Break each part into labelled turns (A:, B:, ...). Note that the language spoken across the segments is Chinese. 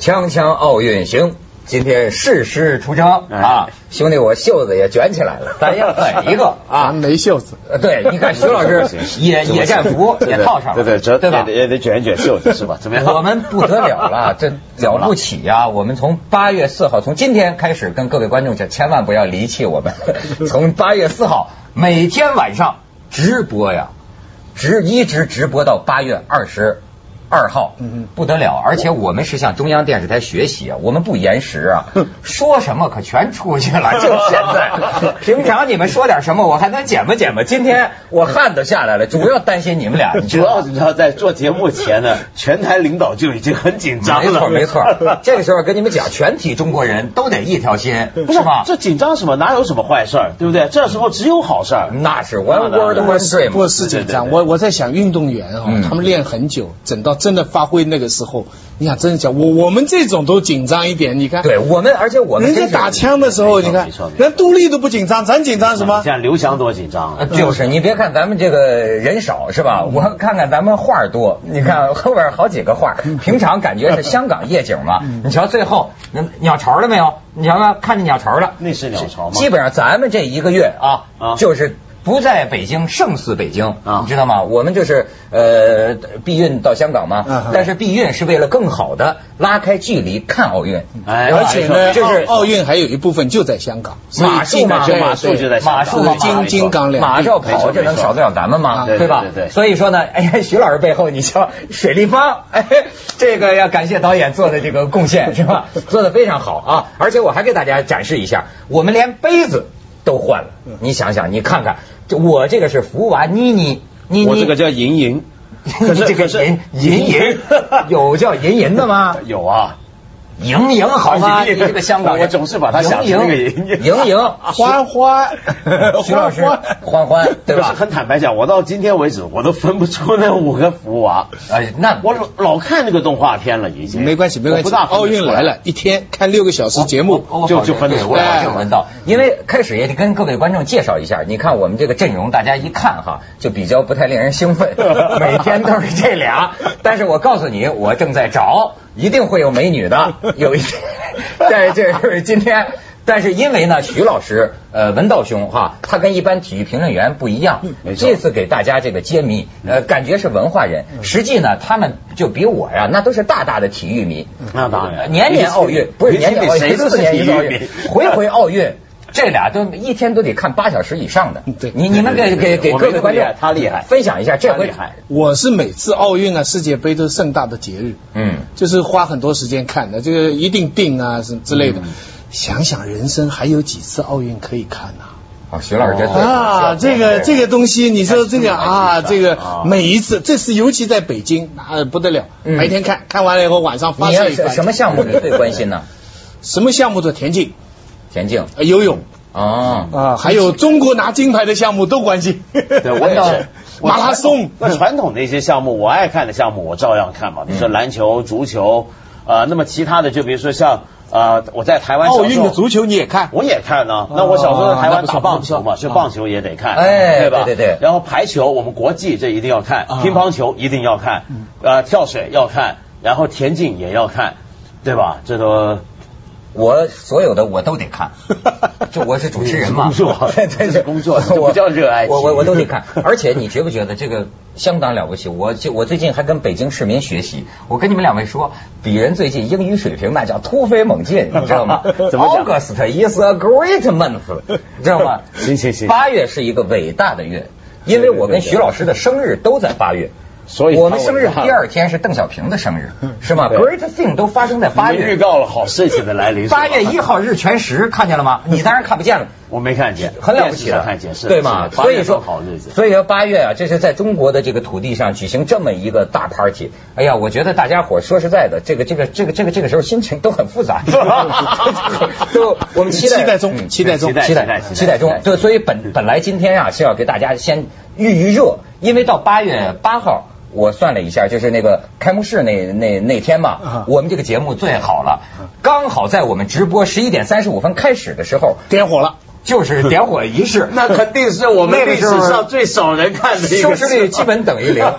A: 锵锵奥运行，今天誓师出征
B: 哎
A: 啊！兄弟，我袖子也卷起来了，咱也狠一个啊！
C: 没袖子，
A: 呃对，你看徐老 师也也战服也套上了，
B: 对对，折
A: 啊对吧
B: 也得？也得卷一卷袖子是吧？怎么样？
A: 我们不得了了， 这了不起呀、我们从八月四号，从今天开始，跟各位观众讲，千万不要离弃我们。 从八月四号每天晚上直播呀，直一直直播到八月二十二号
C: 嗯嗯，
A: 不得了！而且我们是向中央电视台学习啊，我们不延时啊，说什么可全出去了，就现 在。平常你们说点什么，我还能剪吧剪吧。今天我汗都下来了，主要担心你们俩，你知
B: 主
A: 道吗
B: 要你知道，在做节目前呢，全台领导就已经很紧张
A: 没错
B: 了。
A: 没错， 这个时候跟你们讲，全体中国人都得一条心，
B: 不
A: 是
B: 是
A: 吧？
B: 这紧张什么？哪有什么坏事儿，对不对？这时候只有好事儿。
A: 那是弯弯的弯睡嘛
C: 不。是紧张。
B: 对对对
C: 我我在想运动员哦，
A: 嗯
C: 他们练很久，等到真的发挥那个时候，你想真的讲，我我们这种都紧张一点，你看，
A: 对我们，而且我们
C: 人家
A: 真是
C: 打枪的时候，
B: 没错
C: 你看
B: 没错没，错
C: 人杜丽都不紧张，咱紧张什么？
B: 啊像刘翔多紧张
A: 呃
B: 啊！
A: 就是你别看咱们这个人少是吧？我看看咱们画儿多，你看后边好几个画儿。平常感觉是香港夜景嘛，你瞧最后那鸟巢了没有？你瞧瞧，看见鸟巢了。
B: 那是鸟巢吗？
A: 基本上咱们这一个月啊，
B: 啊
A: 就是不在北京胜似北京，
B: 啊
A: 你知道吗？我们就是呃避孕到香港嘛，
C: 嗯嗯
A: 但是避孕是为了更好的拉开距离看奥运，
B: 哎
C: 而且
B: 没
C: 呢，
B: 错
A: 就是
C: 奥奥运还有一部分就在香港，
B: 所以
A: 马术
B: 现在
A: 嘛
B: 就
A: 对
B: 马术就在香
A: 马
B: 港
A: 术
C: 嘛
B: 没错
C: 金
B: 没错
C: 金刚两
A: 马照
B: 没
A: 跑，
B: 错
A: 这能少得了咱们吗？
C: 啊
A: 对吧
B: 对对对？对
A: 所以说呢，哎呀， 徐老师背后，你瞧水立方，哎，这个要感谢导演做的这个贡献是吧？做的非常好啊！而且我还给大家展示一下，我们连杯子都换了
C: 嗯。
A: 你想想，你看看，这我这个是福娃妮妮。妮妮，
B: 我这个叫银银，
A: 你
B: 可是
A: 这个
B: 可是
A: 银银银 有叫银银的 吗？
B: 有啊，
A: 莹莹好吗？
B: 啊
A: 你
B: 莹莹
A: 这个香港人，
B: 我总是把它想成那个莹莹
A: 莹 莹，
C: 欢欢，
A: 徐老师
C: 欢
A: 欢欢，对
B: 可
A: 吧
B: 是？很坦白讲，我到今天为止，我都分不出那五个福娃。
A: 哎，那
B: 我老老看那个动画片了，已经
C: 没关系没关系，
B: 我不大分得
C: 奥运
B: 出来哦
C: 来了，一天看六个小时节目，
A: 我
B: 就就分得
A: 对
B: 出
A: 我
B: 来
A: 哦好像闻到，因为开始也得跟各位观众介绍一下，你看我们这个阵容，大家一看哈，就比较不太令人兴 奋，每天都是这俩。但是我告诉你，我正在找，一定会有美女的，有一天，但是这是今天。但是因为呢，徐老师，呃，文道兄哈，他跟一般体育评论员不一样，
B: 没错
A: 这次给大家这个揭秘，呃，感觉是文化人，实际呢，他们就比我呀，那都是大大的体育迷，
B: 那当然，
A: 年年奥运不是年年奥运，
B: 谁都
A: 四
B: 是
A: 年一
B: 体
A: 次奥
B: 育
A: 运
B: 迷，，
A: 回回奥运，这俩都一天都得看八小时以上的。
C: 对
A: 你你们给
B: 对对
A: 给
B: 对
A: 给
B: 我
A: 各位
B: 没那么
A: 观
B: 厉
A: 众
B: 害他厉害
A: 分享一下这
B: 他
A: 回
B: 厉害。
C: 我是每次奥运啊、世界杯都是盛大的节日，
A: 嗯，
C: 就是花很多时间看的，这个一定定啊什么之类的。
B: 嗯
C: 想想人生还有几次奥运可以看呐、
A: 好，徐老师这
B: 哦
A: 对
C: 啊，这个这个东西，你说这个啊，
B: 还是
C: 这
B: 有点意思
C: 个
B: 啊
C: 每一次，这次尤其在北京啊，不得了，
A: 嗯
C: 白天看看完了以后，晚上发
A: 你要
C: 泄一
A: 是
C: 番。
A: 什么项目你最关心？呢？
C: 什么项目的田径、
A: 田径
C: 呃游泳
A: 哦，
C: 啊，还有中国拿金牌的项目都关心。
B: 对，我也是
C: 马拉松
B: 那传统的一些项目，我爱看的项目，我照样看嘛。
C: 嗯
B: 比如说篮球、足球，呃，那么其他的就比如说像呃，我在台湾
C: 奥
B: 小
C: 运
B: 时候
C: 的足球你也看？
B: 我也看呢。哦那我小时候在台
C: 那
B: 湾
C: 不错
B: 打棒球
C: 那不
B: 嘛，
C: 错
B: 所以棒球也得看，
A: 哎
B: 啊对吧？
A: 对对对
B: 然后排球，我们国际这一定要看
C: 啊，
B: 乒乓球一定要看，呃，跳水要看，然后田径也要看，对吧？这都
A: 我所有的我都得 看。这我是主持人嘛，
B: 工作
A: 对对
B: 这
A: 对，
B: 是工作
A: 我
B: 这不叫热爱，
A: 我我我都得看 而且你觉不觉得这个相当了不起？我就我最近还跟北京市民学习，我跟你们两位说，鄙人最近英语水平那叫突飞猛进，你知道吗
B: 怎么讲
A: ？August is a great month，你知道吗？
B: 行行行
A: 八月是一个伟大的月，因为我跟徐老师的生日都在八月。
B: 所以
A: 我们生日第二天是邓小平的生 日，是吗
B: 对
A: ？Great thing 都发生在八
B: 你们预
A: 月，
B: 告了好事情的来临。是吧
A: 八月一号日全食，看见了吗？你当然看不见了。
B: 我没看见，
A: 很了不起
B: 电视
A: 的，
B: 上看见是的
A: 对嘛？
B: 是的八
A: 所以
B: 月
A: 说
B: 份好日子。
A: 所以说八月啊，这是在中国的这个土地上举行这么一个大 party。哎呀，我觉得大家伙儿说实在的，这个这个这个这个这个时候心情都很复 杂，都我们期待
C: 期待中
A: 嗯
C: 期待中
A: 期待
B: 期
A: 期
B: 待
A: 待
B: 期待
A: 期待中
B: 期待。。
A: 对，所以本本来今天啊是要给大家先预预热，因为到八月八号。我算了一下，就是那个开幕式那那那天嘛
C: 啊，
A: 我们这个节目最好了，刚好在我们直播十一点三十五分开始的时候，
C: 点火了，
A: 就是点火仪式
B: 那肯定是我们
A: 那
B: 历
A: 个
B: 史
A: 时候
B: 上最少人看的一
A: 收
B: 个
A: 视率基本等于零。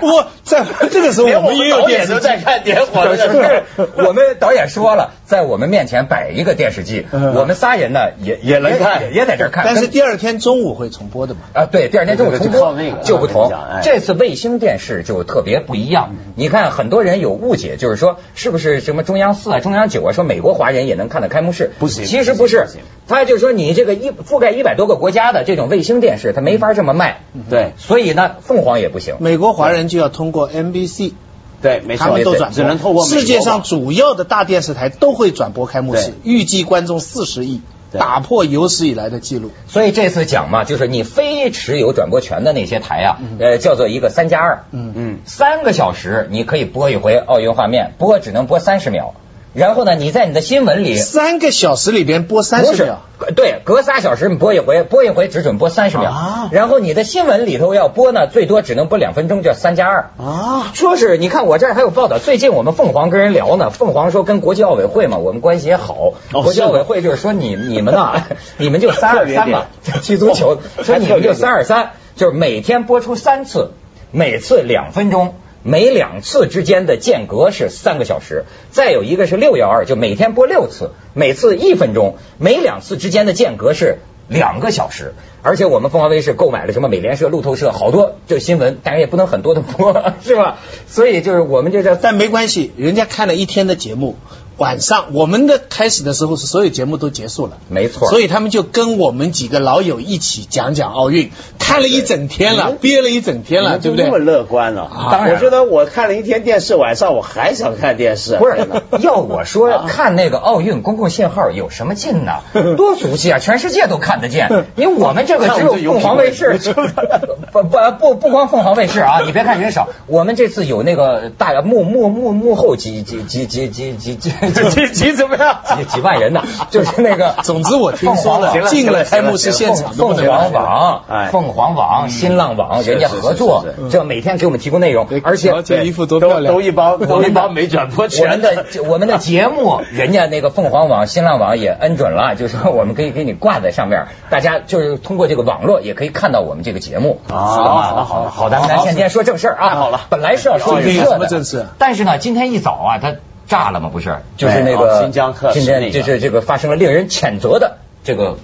C: 不过在这个时候
B: 连
C: 我
B: 我
C: 们
B: 们
C: 也有
B: 导
C: 电
B: 演
C: 视
B: 都
C: 剧，
B: 在看点火
A: 可
B: 这个
A: 是
B: 事。
A: 我们导演说了，在我们面前摆一个电视机，
C: 嗯
A: 我们仨人呢也也
B: 能看
A: 也也在这儿看。
C: 但是第二天中午会重播的嘛。
A: 啊，对，第二天中午重
B: 对对对就靠
A: 播
B: 那个
A: 就不
B: 我跟
A: 同
B: 你讲哎。嗯
A: 这次卫星电视就特别不一样。你看，很多人有误解，就是说是不是什么中央四啊、中央九啊，说美国华人也能看到开幕式？
B: 不行
A: 其实
B: 不
A: 不
B: 行
A: 是
B: 不行，
A: 他就说你这个一覆盖一百多个国家的这种卫星电视，它没法这么卖。
B: 对
A: 所以呢，凤凰也不行。
C: 美国华人就要通过 NBC，
B: 对，没
C: 他
B: 错，
C: 们都转播，
B: 只能透过美国吧
C: 世界上主要的大电视台都会转播开幕式
B: 对，
C: 预计观众四十亿，
B: 对
C: 打破有史以来的记录。
A: 所以这次讲嘛，就是你非持有转播权的那些台啊，呃，叫做一个三加二，
C: 嗯
B: 嗯
A: 三个小时你可以播一回奥运画面，播只能播三十秒。然后呢，你在你的新闻里
C: 三个小时里边播三
A: 不
C: 十
A: 是
C: 秒，，
A: 对，隔仨小时你播一回，播一回只准播三十秒。
C: 啊
A: 然后你的新闻里头要播呢，最多只能播两分钟，叫三加二。
B: 哦
C: 啊，
A: 说是你看我这儿还有报道，最近我们凤凰跟人聊呢，凤凰说跟国际奥委会嘛，我们关系也好，
B: 哦
A: 国际奥委会就是说你你们 呐，你们就三
B: 特
A: 二
B: 别哦
A: 三嘛， 踢足球，说你们就三二三，就是每天播出三次，每次两分钟。每两次之间的间隔是三个小时，再有一个是六幺二，就每天播六次，每次一分钟，每两次之间的间隔是两个小时。而且我们凤凰卫视购买了什么美联社、路透社好多这新闻，但是也不能很多的播， 是吧？所以就是我们就叫
C: 但没关系，人家看了一天的节目，晚上我们的开始的时候是所有节目都结束了。
A: 没错，
C: 所以他们就跟我们几个老友一起讲讲奥运，看了一整天
B: 嗯
C: 了，憋了一整天了，对不对
B: 那？么乐观了、
C: 啊
A: 当然
B: 我觉得我看了一天电视，晚上我还想看电视。啊
A: 不是， 要我
C: 啊
A: 说 看那个奥运公共信号有什么劲 呢？多俗气啊！全世界都看得见，因为我们这个只有凤凰卫视， 不不不不光凤凰卫视啊！你别看人少，我们这次有那个大幕幕幕幕后几几几几几几几几
B: 这集怎么样？
A: 几万人呢，就是那个。
C: 总之我听
A: 凤
C: 说
A: 凰
C: 了，
A: 网
C: 进了开幕式现场都不
A: 凤
C: 能
A: 凰
C: 来。嗯
A: 网
B: 哎、
A: 凤凰网、新浪网，人家合作
B: 是是，
A: 这每天给我们提供内容，而且
C: 瞧这衣服多
B: 都
C: 漂亮
B: 都！一包
A: 我
B: 都一
A: 们的
B: 包没转播
A: 我们
B: 权
A: 的我们的节目，人家那个凤凰网、新浪网也恩准了，就说我们可以给你挂在上面，大家就是通过这个网络也可以看到我们这个节目。
B: 啊
A: 好吧
B: 好了好了
A: 咱们咱
B: 好
A: 先今天说正事儿啊。
B: 太好了
A: 本来是要说娱
C: 今天有
A: 乐
C: 什么
A: 的，
C: 正事啊
A: 但是呢，今天一早啊，它炸了嘛，不是？哎就是那
B: 对
A: 个
B: 哦新疆克什
A: 今
B: 那个
A: 天就是这个发生了令人谴责的这个，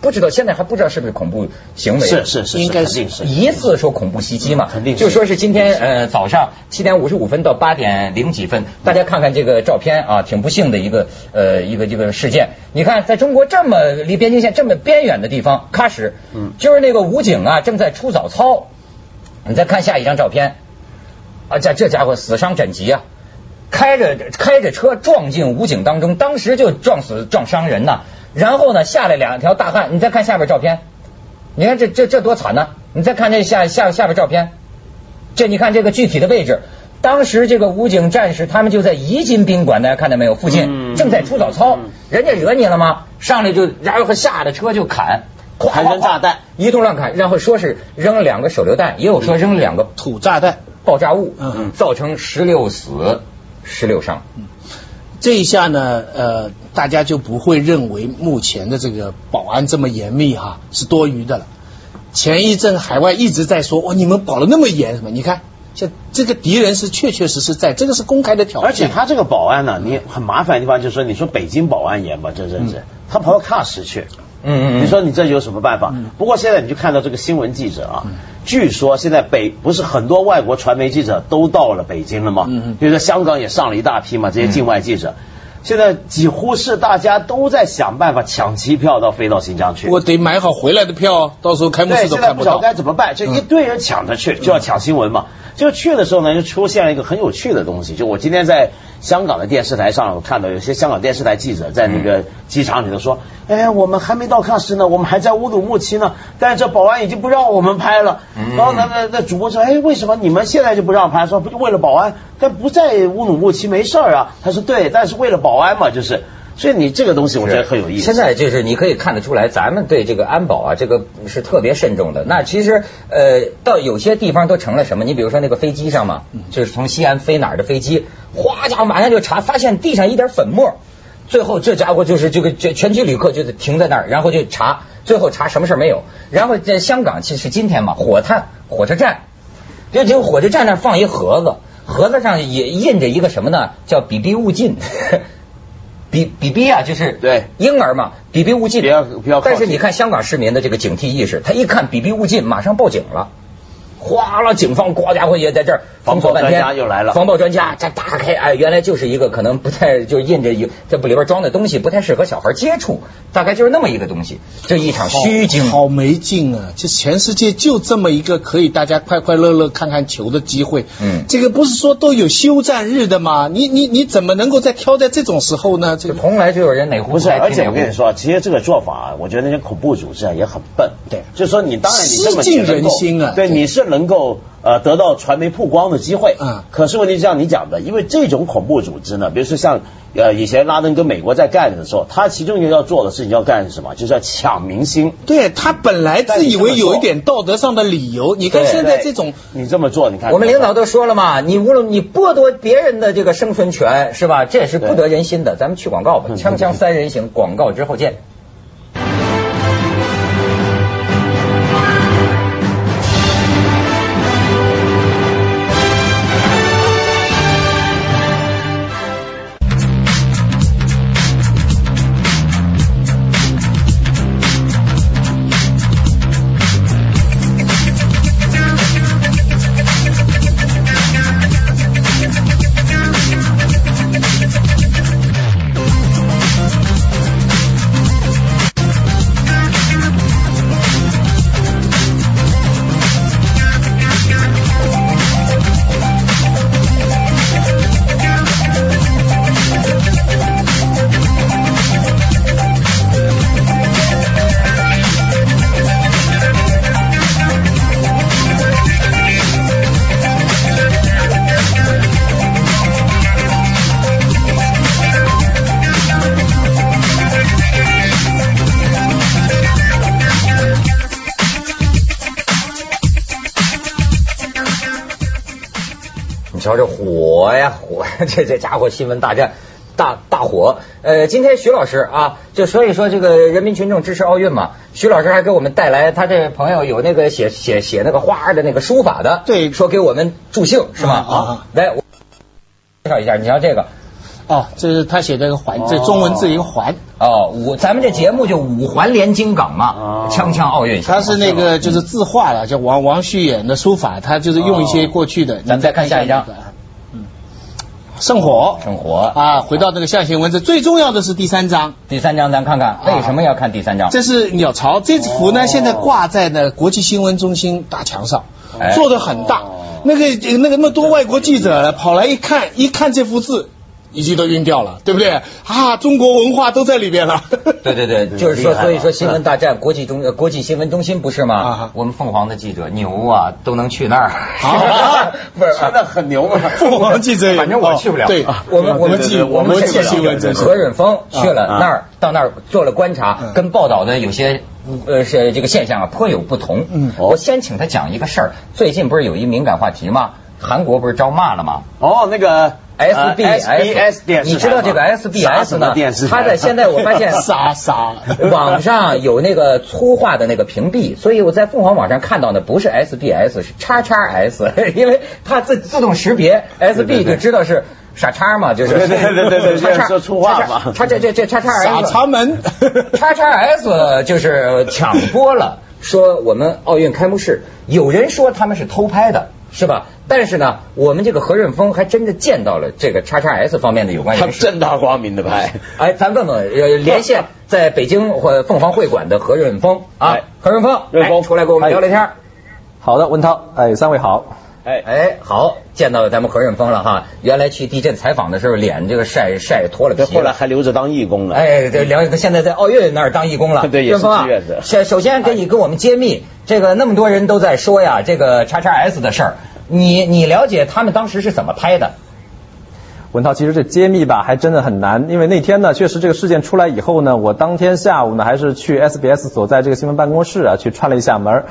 A: 不知道现在还不知道是不是恐怖行为。
B: 是是是，
C: 应该
B: 肯定是
A: 疑似说恐怖袭击嘛，
B: 肯定是
A: 就说是今天呃早上七点五十五分到八点零几分，大家看看这个照片啊，挺不幸的一个呃一个这个事件。你看，在中国这么离边境线这么边远的地方，喀什，
B: 嗯
A: 就是那个武警啊正在出早操。你再看下一张照片，啊，这这家伙死伤枕藉啊！开着开着车撞进武警当中，当时就撞死撞伤人呐、然后呢，下来两条大汉，你再看下边照片，你看这这这多惨呐、你再看这下下下边照片，这你看这个具体的位置，当时这个武警战士他们就在宜金宾馆，大家看到没有？附近
B: 嗯
A: 正在出早操，
B: 嗯
A: 人家惹你了吗？上来就然后下了车就砍，咵
B: 还扔炸弹，嗯
A: 一通乱砍，然后说是扔了两个手榴弹，也有说扔了两个
C: 土炸弹，
A: 爆炸物，
C: 嗯嗯
A: 造成十六死十六伤。
C: 这一下呢，呃，大家就不会认为目前的这个保安这么严密哈、是多余的了。前一阵海外一直在说，哦，你们保的那么严什么？你看，像这个敌人是确确实实在，这个是公开的挑衅。
B: 而且他这个保安呢、你很麻烦的地方就是说，你说北京保安严吧，这真是，他跑到喀什去，
A: 嗯嗯嗯
B: 你说你这有什么办法？不过现在你就看到这个新闻记者啊，据说现在北不是很多外国传媒记者都到了北京了吗？
C: 嗯嗯
B: 比如说香港也上了一大批嘛，这些境外记者。现在几乎是大家都在想办法抢机票到飞到新疆去。
C: 我得买好回来的票哦，到时候开幕
B: 对，
C: 式都
B: 现在
C: 看
B: 不
C: 不
B: 知道
C: 到。嗯
B: 该怎么办，就一堆人抢着去，就要抢新闻嘛。就去的时候呢，就出现了一个很有趣的东西，就我今天在香港的电视台上，我看到有些香港电视台记者在那
C: 嗯
B: 个机场里头说，哎，我们还没到喀什呢，我们还在乌鲁木齐呢，但是这保安已经不让我们拍了。
A: 嗯
B: 然后呢，那那主播说，哎，为什么你们现在就不让拍？说不就为了保安，但不在乌鲁木齐没事儿啊。他说对，但是为了保安嘛，就是。所以你这个东西我觉得很有意思。
A: 现在就是你可以看得出来，咱们对这个安保啊，这个是特别慎重的。那其实呃，到有些地方都成了什么？你比如说那个飞机上
B: 嗯
A: 嘛，就是从西安飞哪儿的飞机，哗家伙马上就查，发现地上一点粉末。最后这家伙就是这个全全体旅客就停在那儿，然后就查，最后查什么事儿没有。然后在香港，其实今天嘛，火炭火车站，就就火车站那儿放一盒子，盒子上也印着一个什么呢？叫“比比勿近” 比。比比比啊，就是
B: 对
A: 婴儿嘛，比比勿近。
B: 不要不要靠近
A: 但是你看香港市民的这个警惕意识，他一看比比勿近，马上报警了。哗啦，警方呱家伙也在这儿
B: 防
A: 封锁
B: 暴
A: 半
B: 专
A: 天，
B: 家又来了
A: 防暴专家这打开，哎，原来就是一个可能不太就印着一这里边装的东西不太适合小孩接触，大概就是那么一个东西。这一场虚惊，
C: 好没劲啊！这全世界就这么一个可以大家快快乐乐看看球的机会，
A: 嗯
C: 这个不是说都有休战日的吗？你你你怎么能够再挑在这种时候呢？这
A: 就
C: 个
A: 从来就有人哪壶
B: 不是，
A: 来
B: 而
A: 提
B: 且
A: 哪
B: 我
A: 壶
B: 跟你说，其实这个做法啊，我觉得那些恐怖组织啊也很笨。
C: 对
B: 就是说你当然你这么
C: 失敬
B: 也能够
C: 人心啊
B: 对，
C: 对
B: 你是能够呃得到传媒曝光的机会。
A: 啊
C: 嗯
B: 可是问题就像你讲的，因为这种恐怖组织呢，比如说像呃以前拉登跟美国在干的时候，他其中一个要做的事情要干什么，就是要抢明星。
C: 对他本来自以为有一点道德上的理由，你看
A: 对
C: 现在这种
B: 你这么做，你看
A: 我们领导都说了嘛，你无论你剥夺别人的这个生存权是吧，这也是不得人心的。咱们去广告吧，锵锵三人行，广告之后见。你瞧这火呀火， 这这家伙新闻大战大大火。呃，今天徐老师啊，就所以说这个人民群众支持奥运嘛，徐老师还给我们带来他这朋友有那个写写写那个花的那个书法的，
C: 对
A: 说给我们助兴是吧？
C: 嗯嗯
A: 啊，来我介绍一下，你瞧这个
C: 哦，这是他写的一个环，这中文字一个环，
A: 哦，五咱们这节目就五环连京港嘛
B: 哦，
A: 锵锵奥运，
C: 他是那个就是字画了，叫王王旭演的书法，他就是用一些过去的。
A: 咱们哦再看下一张
C: 那个，嗯，圣火，
A: 生活。
C: 啊，回到这个象形文字，最重要的是第三章，
A: 第三章咱看看为什么要看第三
B: 啊
A: 章？
C: 啊这是鸟巢，这幅呢、现在挂在呢国际新闻中心大墙上
A: 哎，
C: 做的很大。
B: 哦
C: 那个那个那么多外国记者跑来一看，一看这幅字，已经都晕掉了，对不对？啊，中国文化都在里边 了。
A: 对对对，就是说，
B: 厉害了
A: 所以说新闻大战国际中呃国际新闻中心不是
C: 嗯啊
A: 吗
C: 哈？
A: 我们凤凰的记者牛啊，都能去那儿。
C: 啊
A: 不是
B: 真的很 牛啊！
C: 凤凰记者也，
A: 反正我去不了。
C: 哦对
A: 啊，我们我们
B: 对对
A: 记
B: 对
A: 我们
B: 我们
A: 记
B: 去不了
C: 新闻真是
A: 何润峰去了
B: 啊
A: 那儿，到那儿做了观察，
C: 嗯
A: 跟报道的有些呃是这个现象啊颇有不同。
C: 嗯
A: 我先请他讲一个事儿，最近不是有一敏感话题吗？韩国不是招骂了吗？
B: 哦，那个
A: SBS
B: SBS 电
A: 你
B: 视台嘛，
A: 知道这个
B: 啥
A: SBS
B: 什么
A: 呢
B: 电视？台
A: 它在现在我发现
C: 傻傻
A: 网上有那个粗话的那个屏蔽，所以我在凤凰网上看到的不是 SBS 是叉叉 S，因 为它自自动识别 SB
B: 对对
A: 就
B: 对
A: 知道是傻叉嘛，就是
B: 对对对对对
A: 叉叉
B: 说粗话嘛
A: 叉这这这叉叉 S
C: 傻叉 门
A: 叉叉 S 就是抢播了，说我们奥运开幕式，有人说他们是偷拍的，是吧？但是呢，我们这个何润峰还真的见到了这个叉叉 S 方面的有关
B: 他
A: 人士。
B: 正大光明的拍。
A: 哎，咱问问，呃，连线在北京或凤凰会馆的何润峰啊
B: 哎，
A: 何润峰，
B: 润峰
A: 哎出来跟我们聊聊天儿。
D: 好的，文涛，哎，三位好。
B: 哎，
A: 哎，好，见到咱们何润峰了哈。原来去地震采访的时候，脸这个晒晒脱了
B: 这
A: 皮
B: 后来
A: 了。
B: 还留着当义工呢。
A: 哎，这梁现在在奥运那儿当义工了。
B: 嗯对也
A: 润
B: 是
A: 峰啊
B: 志愿者，
A: 首首先给你跟我们揭秘，这个那么多人都在说呀，这个叉叉 S 的事儿，你你了解他们当时是怎么拍的？
D: 文涛，其实这揭秘吧，还真的很难，因为那天呢，确实这个事件出来以后呢，我当天下午呢，还是去 SBS 所在这个新闻办公室啊，去串了一下门儿。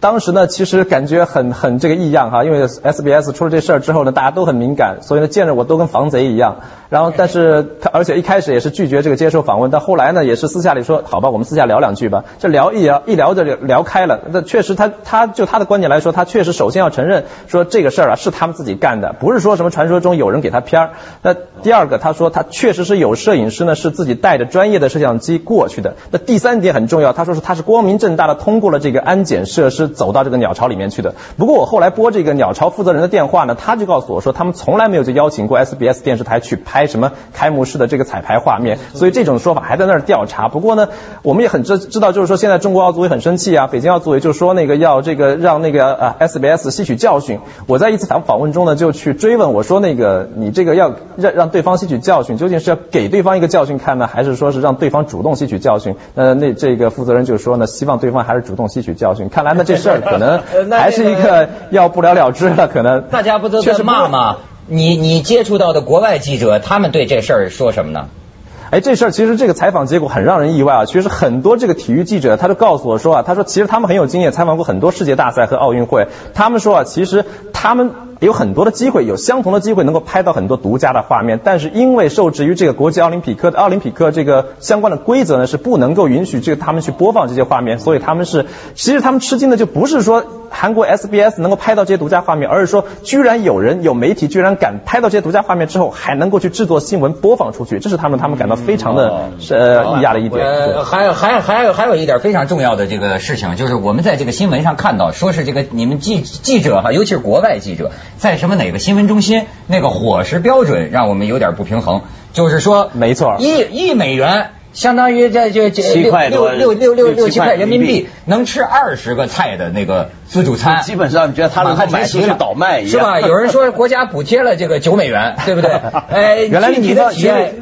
D: 当时呢，其实感觉很很这个异样哈，因为 SBS 出了这事儿之后呢，大家都很敏感，所以呢见着我都跟防贼一样。然后，但是他而且一开始也是拒绝这个接受访问，但后来呢也是私下里说，好吧，我们私下聊两句吧。这聊一聊一聊着就聊开了，那确实他他就他的观点来说，他确实首先要承认说这个事儿啊是他们自己干的，不是说什么传说中有人给他片儿。那第二个，他说他确实是有摄影师呢是自己带着专业的摄像机过去的。那第三点很重要，他说是他是光明正大的通过了这个安检设施走到这个鸟巢里面去的。不过我后来拨这个鸟巢负责人的电话呢，他就告诉我说，他们从来没有就邀请过 SBS 电视台去拍什么开幕式的这个彩排画面，所以这种说法还在那儿调查。不过呢，我们也很知知道，就是说现在中国奥组委很生气啊，北京奥组委就说那个要这个让那个呃 SBS 吸取教训。我在一次访访问中呢，就去追问我说那个你这个要让让对方吸取教训，究竟是要给对方一个教训看呢，还是说是让对方主动吸取教训？呃，那这个负责人就说呢，希望对方还是主动吸取教训。看来呢这事儿可能
A: 呃那这个
D: 还是一个要不了了之了，可能
A: 大家不都
D: 确
A: 在
D: 实不
A: 骂吗？你你接触到的国外记者，他们对这事儿说什么呢？
D: 哎，这事儿其实这个采访结果很让人意外啊。其实很多这个体育记者他就告诉我说啊，他说其实他们很有经验，采访过很多世界大赛和奥运会。他们说啊，其实他们有很多的机会，有相同的机会能够拍到很多独家的画面，但是因为受制于这个国际奥林匹克奥林匹克这个相关的规则呢，是不能够允许这个他们去播放这些画面，所以他们是其实他们吃惊的就不是说韩国 SBS 能够拍到这些独家画面，而是说居然有人有媒体居然敢拍到这些独家画面之后，还能够去制作新闻播放出去，这是他们他们感到非常的是呃异样的一点。
A: 呃，
D: 对
A: 还有还有还有还有一点非常重要的这个事情，就是我们在这个新闻上看到，说是这个你们记记者哈，尤其是国外记者，在什么哪个新闻中心那个伙食标准，让我们有点不平衡。就是说，
D: 没错
A: 一一美元。相当于这这这
B: 七
A: 六
B: 块多
A: 六六六六
B: 六
A: 七
B: 七
A: 块
B: 块
A: 人民
B: 人民
A: 币
B: 币，
A: 能吃二十个菜的那个自助餐，
B: 基本上你觉得他能够买出去倒卖一
A: 是
B: 样
A: 吧？有人说国家补贴了这个九美元，对不对？哎，
D: 原来
A: 具体
D: 你
A: 的
D: 到
A: 体验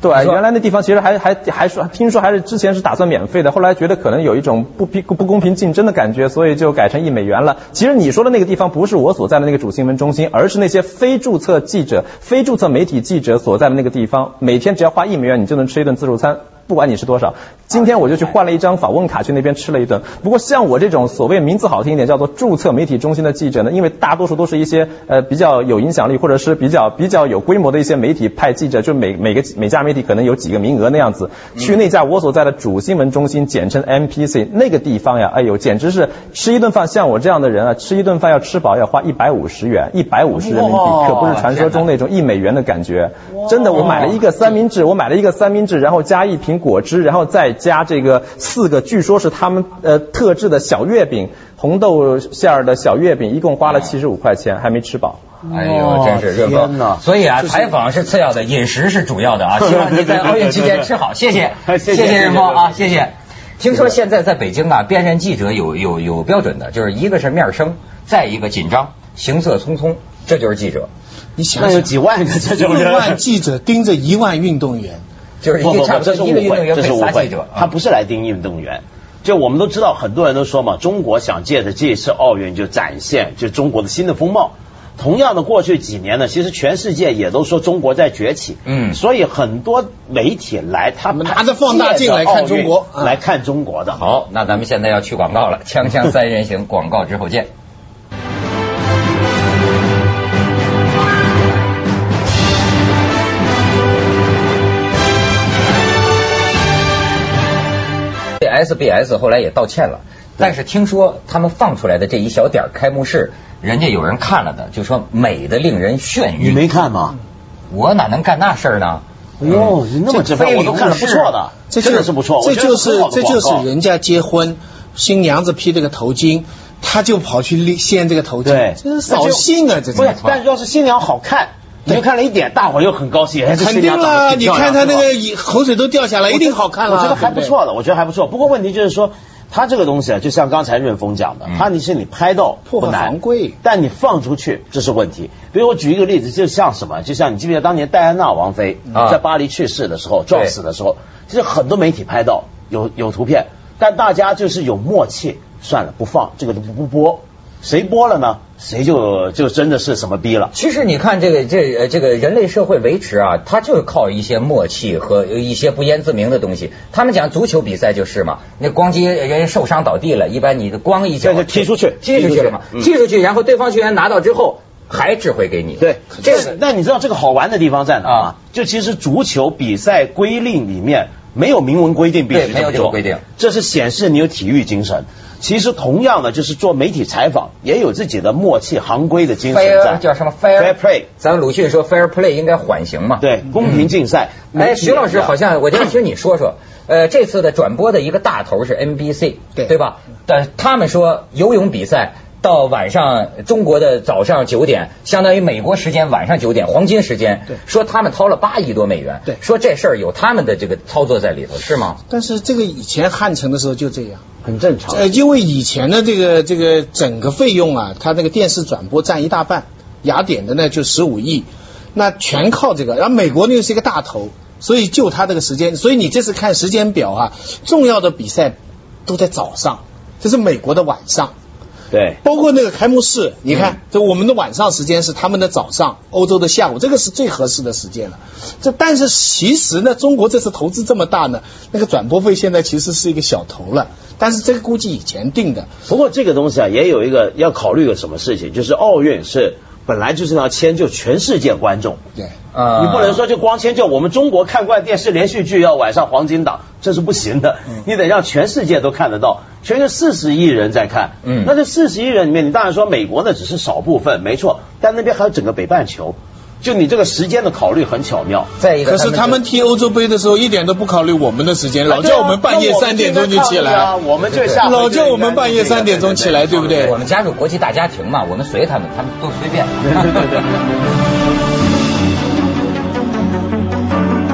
D: 对，
A: 说
D: 原来那地方其实还还还说，听说还是之前是打算免费的，后来觉得可能有一种不平不公平竞争的感觉，所以就改成一美元了。其实你说的那个地方不是我所在的那个主新闻中心，而是那些非注册记者、非注册媒体记者所在的那个地方，每天只要花一美元，你就能吃一顿自助餐。不管你是多少，今天我就去换了一张访问卡去那边吃了一顿。不过像我这种所谓名字好听一点叫做注册媒体中心的记者呢，因为大多数都是一些呃比较有影响力或者是比较比较有规模的一些媒体派记者，就每每个每家媒体可能有几个名额那样子，去那家我所在的主新闻中心，简称 MPC 那个地方呀，哎呦，简直是吃一顿饭，像我这样的人啊，吃一顿饭要吃饱要花一百五十元，一百五十人民币，
B: 哇
D: 可不是传说中那种一美元的感觉。真的，我买了一个三明治，我买了一个三明治，然后加一瓶果汁，然后再加这个四个，据说是他们呃特制的小月饼，红豆馅儿的小月饼，一共花了七十五块钱，还没吃饱。
A: 哎呦，真是热狗
B: 哦天哪！
A: 所以啊，采访是次要 的，饮食是主要的啊。希望你在奥运期间吃好，谢谢，
B: 谢
A: 谢
B: 谢谢谢
A: 任峰啊，谢谢。听说现在在北京啊，辨认记者有有有标准的，就是一个是面生，再一个紧张，行色匆匆，这就是记者，
C: 你想
B: 那有
C: 想，
B: 几万个这
C: 一
B: 种人。
C: 万记者盯着一万运动员，
A: 就是一
B: 不
A: 个
B: 不
A: 差
B: 不，
A: 不多
B: 这是误
A: 一个运动
B: 会，
A: 员
B: 这是
A: 配
B: 误
A: 仨记
B: 会
A: 者。，啊
B: 他不是来盯运动员。就我们都知道，很多人都说嘛，中国想借着这一次奥运就展现就中国的新的风貌。同样的，过去几年呢，其实全世界也都说中国在崛起，
A: 嗯
B: 所以很多媒体来，他们
C: 拿着放大镜来看中国啊
B: 来看中国的。
A: 好，那咱们现在要去广告了，锵锵三人行，广告之后见。SBS 后来也道歉了，但是听说他们放出来的这一小点儿开幕式，人家有人看了的，就说美的令人眩
B: 你
A: 晕。
B: 没看吗？
A: 我哪能干那事儿呢？
B: 哎呦，你那么直白，我都看了不错的，
C: 这就
B: 真的啊是不错，
C: 这就是
B: 我觉
C: 这就
B: 得很好的广告
C: 是人家结婚，新娘子披了个头巾，他就跑去立掀这个头巾，
B: 对，
C: 这是扫兴啊！这
B: 不
C: 是
B: 是，但是要是新娘好看，你就看了一点，大伙儿又很高兴，哎，这
C: 肯
B: 新
C: 定
B: 娘长得
C: 啦！
B: 挺
C: 你
B: 漂
C: 看
B: 亮
C: 他那
B: 是吧
C: 个眼口水都掉下来，一定好看了，
B: 我觉得还
C: 对
B: 不
C: 对。
B: 错的，我觉得还不错。不过问题就是说，他这个东西啊，就像刚才润峰讲的
A: 嗯，
B: 他你是你拍到
C: 破
B: 不
C: 坏
B: 难
C: 防规
B: 但你放出去这是问题。比如我举一个例子，就像什么，就像你记不记得当年戴安娜王妃
C: 嗯
A: 啊
B: 在巴黎去世的时候，撞死的时候，其实很多媒体拍到有有图片，但大家就是有默契，算了，不放这个就不不播。谁播了呢？谁就就真的是什么逼了。
A: 其实你看这个这呃这个人类社会维持啊，它就是靠一些默契和呃一些不言自明的东西。他们讲足球比赛就是嘛，那咣叽人家受伤倒地了，一般你咣一脚
B: 对对踢出去
A: 踢出去了嘛，
B: 踢出去嗯
A: 踢出去，然后对方球员拿到之后还指挥给你。
B: 对，
A: 这
B: 这
A: 个
B: 个那你知道这个好玩的地方在哪
A: 啊
B: 吗？就其实足球比赛规令里面没有明文规定必须
A: 对没有
B: 么
A: 这个
B: 做
A: 规定，
B: 这是显示你有体育精神。其实同样的，就是做媒体采访也有自己的默契行规的精神
A: fair
B: 在，
A: 叫什么 fair
B: fair play。
A: 咱们鲁迅说 fair play 应该缓刑嘛。。
B: 对，公平竞赛。
A: 哎，
B: 媒体
A: 徐老师
B: 也一样
A: 好像我先听你说说，呃，这次的转播的一个大头是 NBC，
C: 对
A: 对吧？但他们说游泳比赛到晚上中国的早上九点，相当于美国时间晚上九点黄金时间
C: 对，
A: 说他们掏了八亿多美元，
C: 对
A: 说这事儿有他们的这个操作在里头，是吗？
C: 但是这个以前汉城的时候就这样，
B: 很正常。
C: 呃，因为以前的这个这个整个费用啊，它那个电视转播占一大半，雅典的呢就十五亿，那全靠这个。然后美国呢又是一个大头，所以就它这个时间，所以你这次看时间表啊，重要的比赛都在早上，这是美国的晚上。
B: 对，
C: 包括那个开幕式，你看，这我们的晚上时间是他们的早上，欧洲的下午，这个是最合适的时间了。这但是其实呢，中国这次投资这么大呢，那个转播费现在其实是一个小头了，但是这个估计以前定的，
B: 不过这个东西啊，也有一个要考虑个什么事情，就是奥运是本来就是要迁就全世界观众。
C: 对。
A: 啊
B: 你不能说就光迁就我们中国看惯电视连续剧要晚上黄金档，这是不行的。你得让全世界都看得到，全球四十亿人在看。
A: 嗯
B: 那这四十亿人里面，你当然说美国呢只是少部分，没错，但那边还有整个北半球。就你这个时间的考虑很巧妙。
A: 再一个，
C: 可是他们啊踢欧洲杯的时候一点都不考虑我们的时间，老叫我们半夜三点钟就起来，
B: 我们就下
C: 老叫我们半夜三点钟起来，对不对
A: 我？们加入国际大家庭嘛，我们随他们，他们都随便。
B: 对对对对。